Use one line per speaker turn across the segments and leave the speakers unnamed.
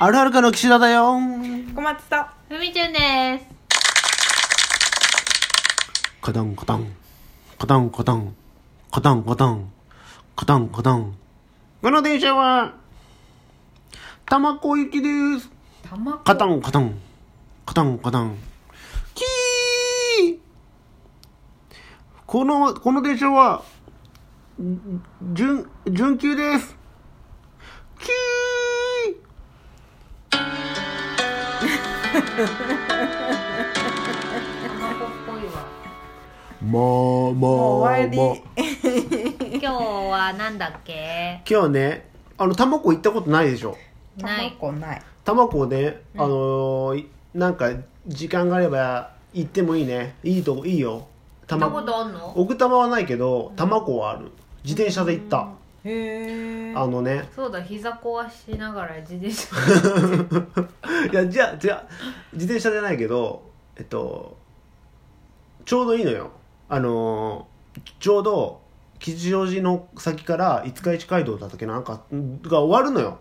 あるあるかの岸田だよ。
小松と
ふみちゅんです。
カタンカタン。カタンカタン。カタンカタン。カタンカタン。この電車は、玉子行きです。
たま
カタンカタン。カタンカタン。キーこの、この電車は、ん準、準急です。キー
たまこっぽいわ。
もう、もう、
もう終わり
もう
今日はなんだっけ。
今日ね、あの、玉子行ったことないでしょ。
ない。
卵ない
卵をね、あのーいなんか時間があれば行ってもいいねいいとこいいよ
たまこ
卵
とあんの。
奥多摩はないけど卵はある自転車で行った、
へえ
あのね
そうだ、膝壊しながら自転車。
いやじゃあじゃあ自転車じゃないけどえっとちょうどいいのよあのーちょうど吉祥寺の先から五日市街道だったっけななんかが終わるのよ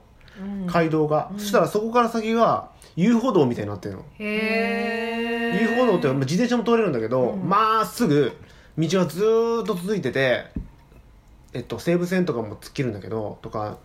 街道が、そしたらそこから先が遊歩道みたいになってるの
へえ。
遊歩道ってまあ自転車も通れるんだけど、
うん
まっすぐ道がずーっと続いてて、えっと、西武線とかも突っ切るんだけどとか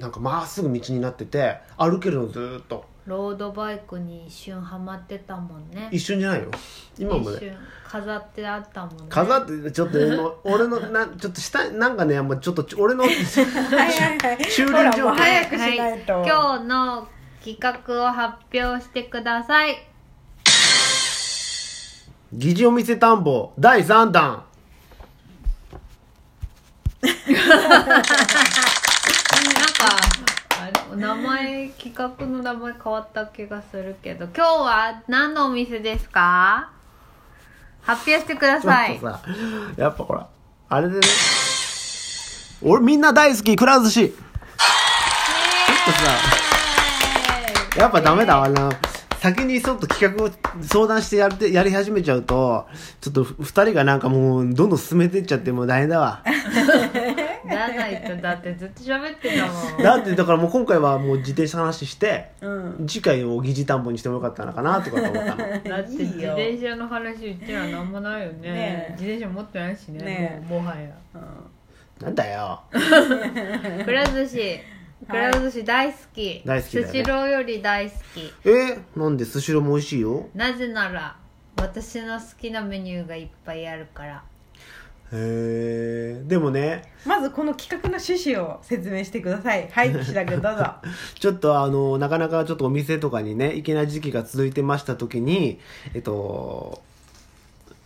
なんかまっすぐ道になってて歩けるのずーっと
ロードバイクに一瞬ハマってたもんね。
一瞬じゃないよ今も
一
ね
瞬飾ってあったもんね。
飾ってちょっとも う俺のなちょっと下なんかねもうちょっと俺の
はいはいはい
終了
ほら
状況
もう早くしないと、
は今日の企画を発表してください。
疑似お店探訪第3弾
なんかあれ名前企画の名前変わった気がするけど今日は何のお店ですか発表してくださ
ちょ
い
っとさやっぱほらあれでね俺みんな大好きくら寿司とさやっぱダメだわあの先にちょっと企画を相談してやってやり始めちゃうとちょっとふ二人がなんかもうどんどん進めてっちゃってもう大変だわ
じゃないとだってずっと喋ってたもん
だってだからもう今回はもう自転車の話して、
うん
次回を疑似担保にしてもよかったのかなとかと思ったの
だって
い
自
いよ
転車の話うちらなんもないよね
ねえ
自転車持ってないしね
ねえ
もうもはや
なんだよ
くら寿司くら寿司大好き
大好きだよね
スシローより大好き
えなんでスシローも美味しいよ
なぜなら私の好きなメニューがいっぱいあるから
へえでもね
まずこの企画の趣旨を説明してくだ さいはい岸田君どうぞ
ちょっとあのなかなかちょっとお店とかにね行けない時期が続いてました時にえっと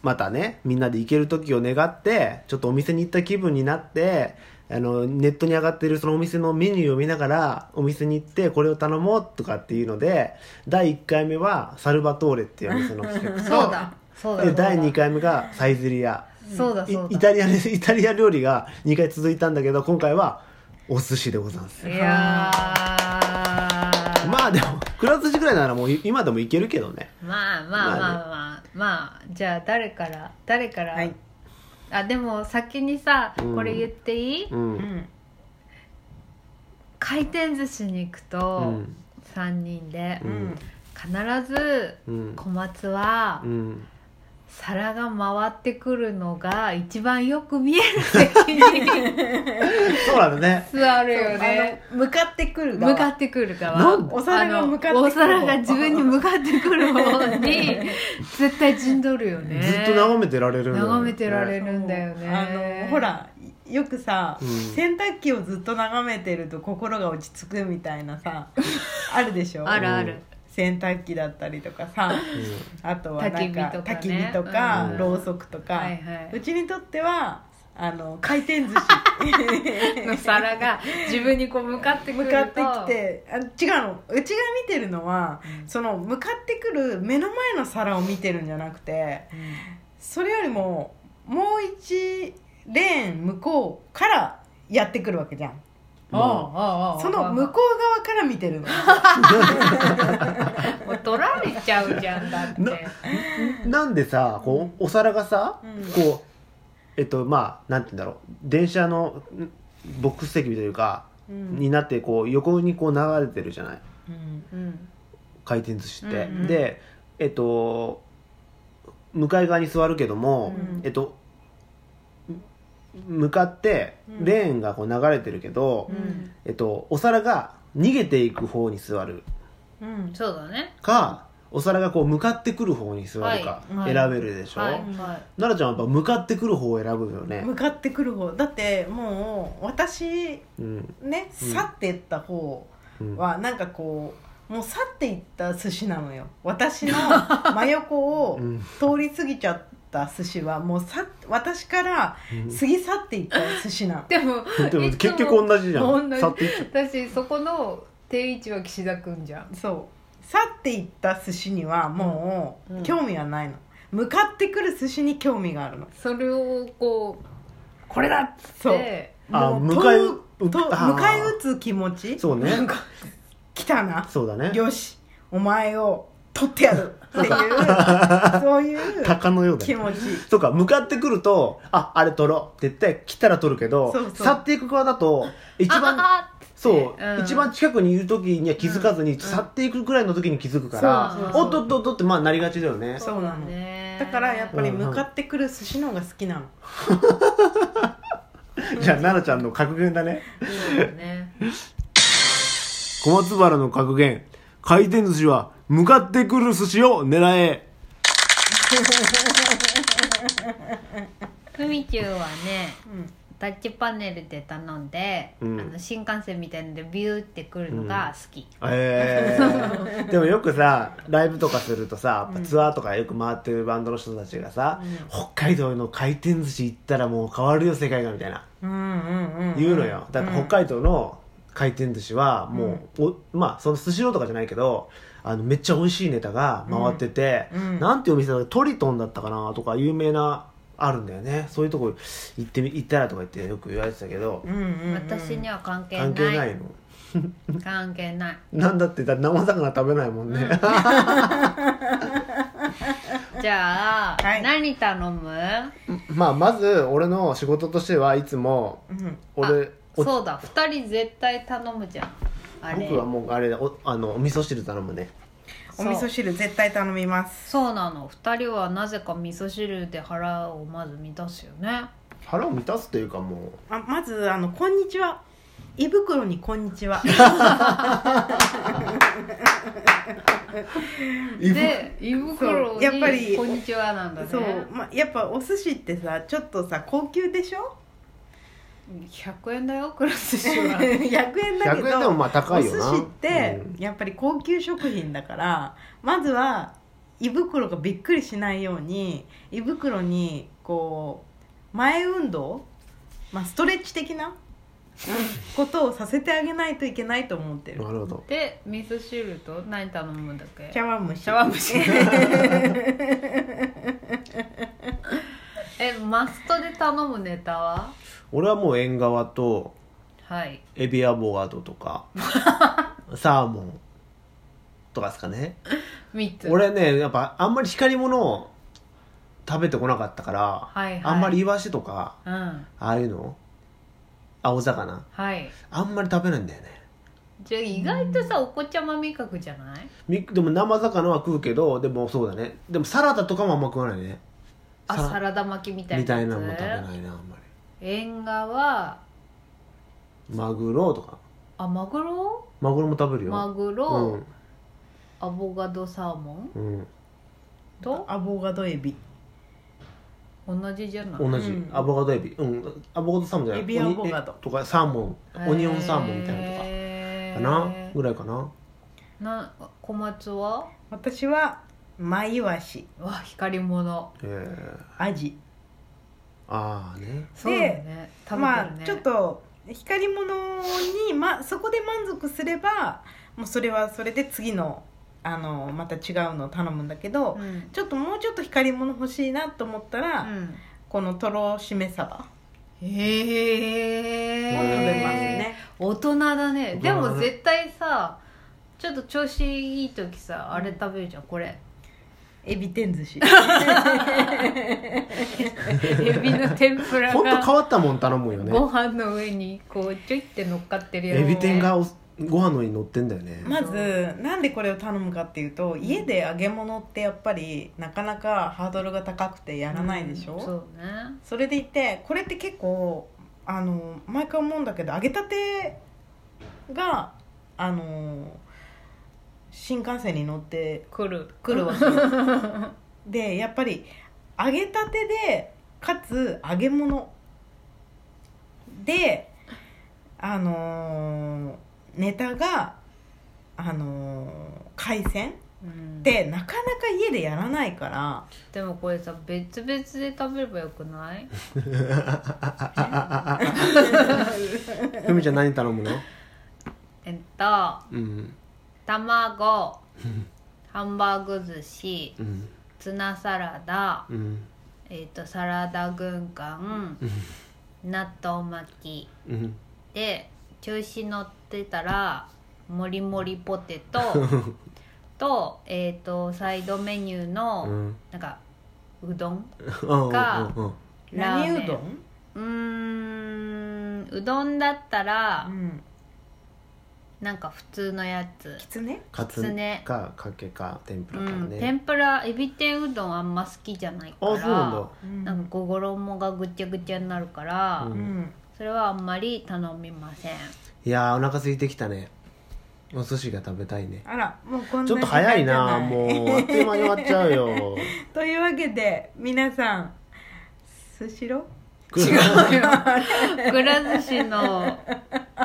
またねみんなで行ける時を願ってちょっとお店に行った気分になってあのネットに上がってるそのお店のメニューを見ながらお店に行ってこれを頼もうとかっていうので第1回目はサルバトーレっていうお店の企画
そうだそうだ
で
そうだ
第2回目がサイゼリア
そうだ
い
そうだ
イタリアイタリア料理が2回続いたんだけど今回はお寿司でございます
いやーま
まあでもくら寿司ぐらいならもう今でもいけるけどね
あまあまあまあまあ、じゃあ誰から誰から、
はい
あでも先にさ
うん
これ言っていい、
う
うんん
回転寿司に行く
う
と
ん
3人で、
う
うんん
必ず
うん
小松は
うん
皿が回ってくるのが一番よく見える席に
そうなのね
座る
そう
よね
あの向かってくる側
向かってくるから
なんで
お皿が向かってくる
あのお皿が自分に向かってくる方 に絶対陣取るよね
ずっと眺めてられるんだよね
眺めてられるんだよね
あのほらよくさ、
うん
洗濯機をずっと眺めてると心が落ち着くみたいな さあるでしょ
あるある
洗濯機だったりとかさあとはなんか
焚
焚
き
き
火
火
と
と
か
か、
ねうん
ろうそくとか、
はいはいう
ちにとってはあの回転 寿司
の皿が自分にこう向かってく
向
ると
かってきてあ違うのうちが見てるのは、その向かってくる目の前の皿を見てるんじゃなくてそれよりももう一レーン向こうからやってくるわけじゃん
おうおうおう
その向こう側から見てるの
もう取られちゃうじゃんだって
ななんでさこうお皿がさ、
うん
こうえっとまあなんて言うんだろう電車のんボックス席というか、
うん
になってこう横にこう流れてるじゃない
うん
うん
回転寿司って、
うん
うん
でえっと向かい側に座るけども、
うん
えっと向かって
うん
レーンがこう流れてるけど、
うん
えっと、お皿が逃げていく方に座る
うん
そうだね
かお皿がこう向かってくる方に座るか
はいはい
選べるでしょ、
はい
うん
はい
奈々ちゃんはやっぱ向かってくる方を選ぶよね
向かってくる方だってもう私
うん
ね
うん
去っていった方
うん
はなんかこうもう去っていった寿司なのよ 私の真横を
うん
通り過ぎちゃった寿司はもうさ私から過ぎ去っていった寿司なの
でも
でも
いつも
結局同じじゃん
同じ
去っていっちゃう
私そこの定位置は岸田くんじゃん
そう去っていった寿司にはもう、
うん
興味はないの向かってくる寿司に興味があるの
それをこうこれだっつっ
そう
て
あ
もう
迎え
と
う
と
あー
迎え撃つ気持ち
そうね
なんか来たな
そうだね
よしお前を取ってや るっていうそういう
鷹のようだ
気
ね
持ち
そうか向かってくるとああれ取ろうって言って来たら取るけど
そうそう
去っていく側だと一
あ
番
ああっつって
そう、
うん
一番近くにいる時には気づかずに、去っていくくらいの時に気づくから、
そうそうそう
おっとっとっとってまあなりがちだよね
そうなの
ね
だからやっぱり向かってくる寿司の方が好きなの
じゃあ奈々ちゃんの格言だね
そうだね
小松原の格言回転寿司は向かってくる寿司を狙え
ふみちゅうはね
うん
タッチパネルで頼んで、
うん
あの新幹線みたいのでビューってくるのが好き、
えーでもよくさライブとかするとさやっぱツアーとかよく回ってるバンドの人たちがさ、北海道の回転寿司行ったらもう変わるよ世界がみたいな
うんうんうん
言うのよだって北海道の回転寿司はもう、おまあそのスシローとかじゃないけどあのめっちゃ美味しいネタが回ってて、
うんうん
なんていうお店だっけトリトンだったかなとか有名なあるんだよねそういうとこ行ってみ行ったらとか言ってよく言われてたけど、
うんうんうん
私には関係ない
関係ないの
関係ない
なんだってだって生魚食べないもんね、
じゃあ、
はい
何頼む
まあまず俺の仕事としてはいつも
うん
俺お
そうだ2人絶対頼むじゃんあれ
僕はもうあれだおあのお味噌汁頼むね
お味噌汁絶対頼みます
そうなの2人はなぜか味噌汁で腹をまず満たすよね
腹を満たすというかもう
あまずあの「こんにちは」胃袋に「こんにち は」
で胃袋に
そうやっぱり
こんにちは」なんだね
そう、ま、やっぱお寿司ってさちょっとさ高級でしょ
100円だよくら寿司 は
100円だけど
100円でもまあ高いよな
お寿司って
うん
やっぱり高級食品だから、まずは胃袋がびっくりしないように胃袋にこう前運動、まあ、ストレッチ的なことをさせてあげないといけないと思ってる
なるほど
で味噌汁と何頼むんだっけ
茶碗蒸し
茶碗 蒸しえマストで頼むネタは
俺はもう縁側と
はい
エビアボガドと かサーモンとかですかね
3つ
俺ねやっぱあんまり光り物を食べてこなかったから、
はいはい
あんまりイワシとか
うん
ああいうの青魚
はい
あんまり食べないんだよね
じゃあ意外とさお子ちゃま味覚じゃない
みでも生魚は食うけどでもそうだねでもサラダとかもあんま食わないね
あ
さ
サラダ巻きみたいな
みたい
やつ
なのも食べないなあんま
縁側
りマグロとか
あマグロ
マグロも食べるよ
マグロ、
うん
アボガドサーモ
う
ン
ん、
と
アボガドエビ
同じじゃない
同じ、
うん
アボカドエビ、うん、アボカドサーモンじゃない
エビアボカド
オニえとかサーモンオニオンサーモンみたいなのとか
へ
か
ー
なぐらいかな
な小松は
私はマイワシ
うわ光り物
えー、
アジ
ああね
そうだね食べてるね、
まあちょっと光り物に、ま、そこで満足すればもうそれはそれで次のあのまた違うのを頼むんだけど、
うん
ちょっともうちょっと光り物欲しいなと思ったら、
うん
このとろしめ鯖
へえ
まあ
食べますね、
大人
大人だ
だね
ね
でも絶対さちょっと調子いい時さあれ食べるじゃん これ
エビ天 寿司
エビの天 ぷら
ほんと変
が
わったもん頼むよね
ご飯の上にこうちょいって乗っかってるやつ
エビ天がおご飯の上に乗ってんだよね、
まずなんでこれを頼むかっていうと家で揚げ物ってやっぱりなかなかハードルが高くてやらないでしょ、
うんそうね
それでいてこれって結構あの毎回思うんだけど揚げたてがあの新幹線に乗って
来る
くるわ けよでやっぱり揚げたてでかつ揚げ物であのーネタがあのー海鮮
うん
ってなかなか家でやらないから
でもこれさ別々で食べればよくない
ふみちゃん何頼むの
えっと
うん
卵ハンバーグ寿司
うん
ツナサラダ
うん
えっ、とサラダ軍艦納豆巻き
うん
で中止乗ってたらもりもりポテ トとえっ、とサイドメニューの、
うん
なんかうどん
あうんうん
ラーメン
何うどん、
うーんうどんだったら、
うん、
なんか普通のやつ
きつね
カツ
きつね
かかけか天ぷ
う
らか
ん、
ね
天ぷらエビ天うどんあんま好きじゃないから
あそうなんだ
うん
なんかこう衣がぐちゃぐちゃになるから、
うん
うん
それはあんまり頼みません
いやーお腹空いてきたねお寿司が食べたいね
あらもうこんな
ちょっと早い
時間じ
な
ゃい
もうあっという間に終わっちゃうよ
というわけで皆さんスシロ
違
くら寿司の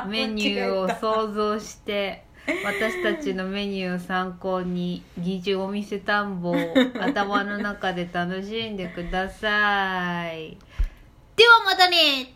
メニューを想像して私たちのメニューを参考に二重お店探 訪を頭の中で楽しんでくださいではまたね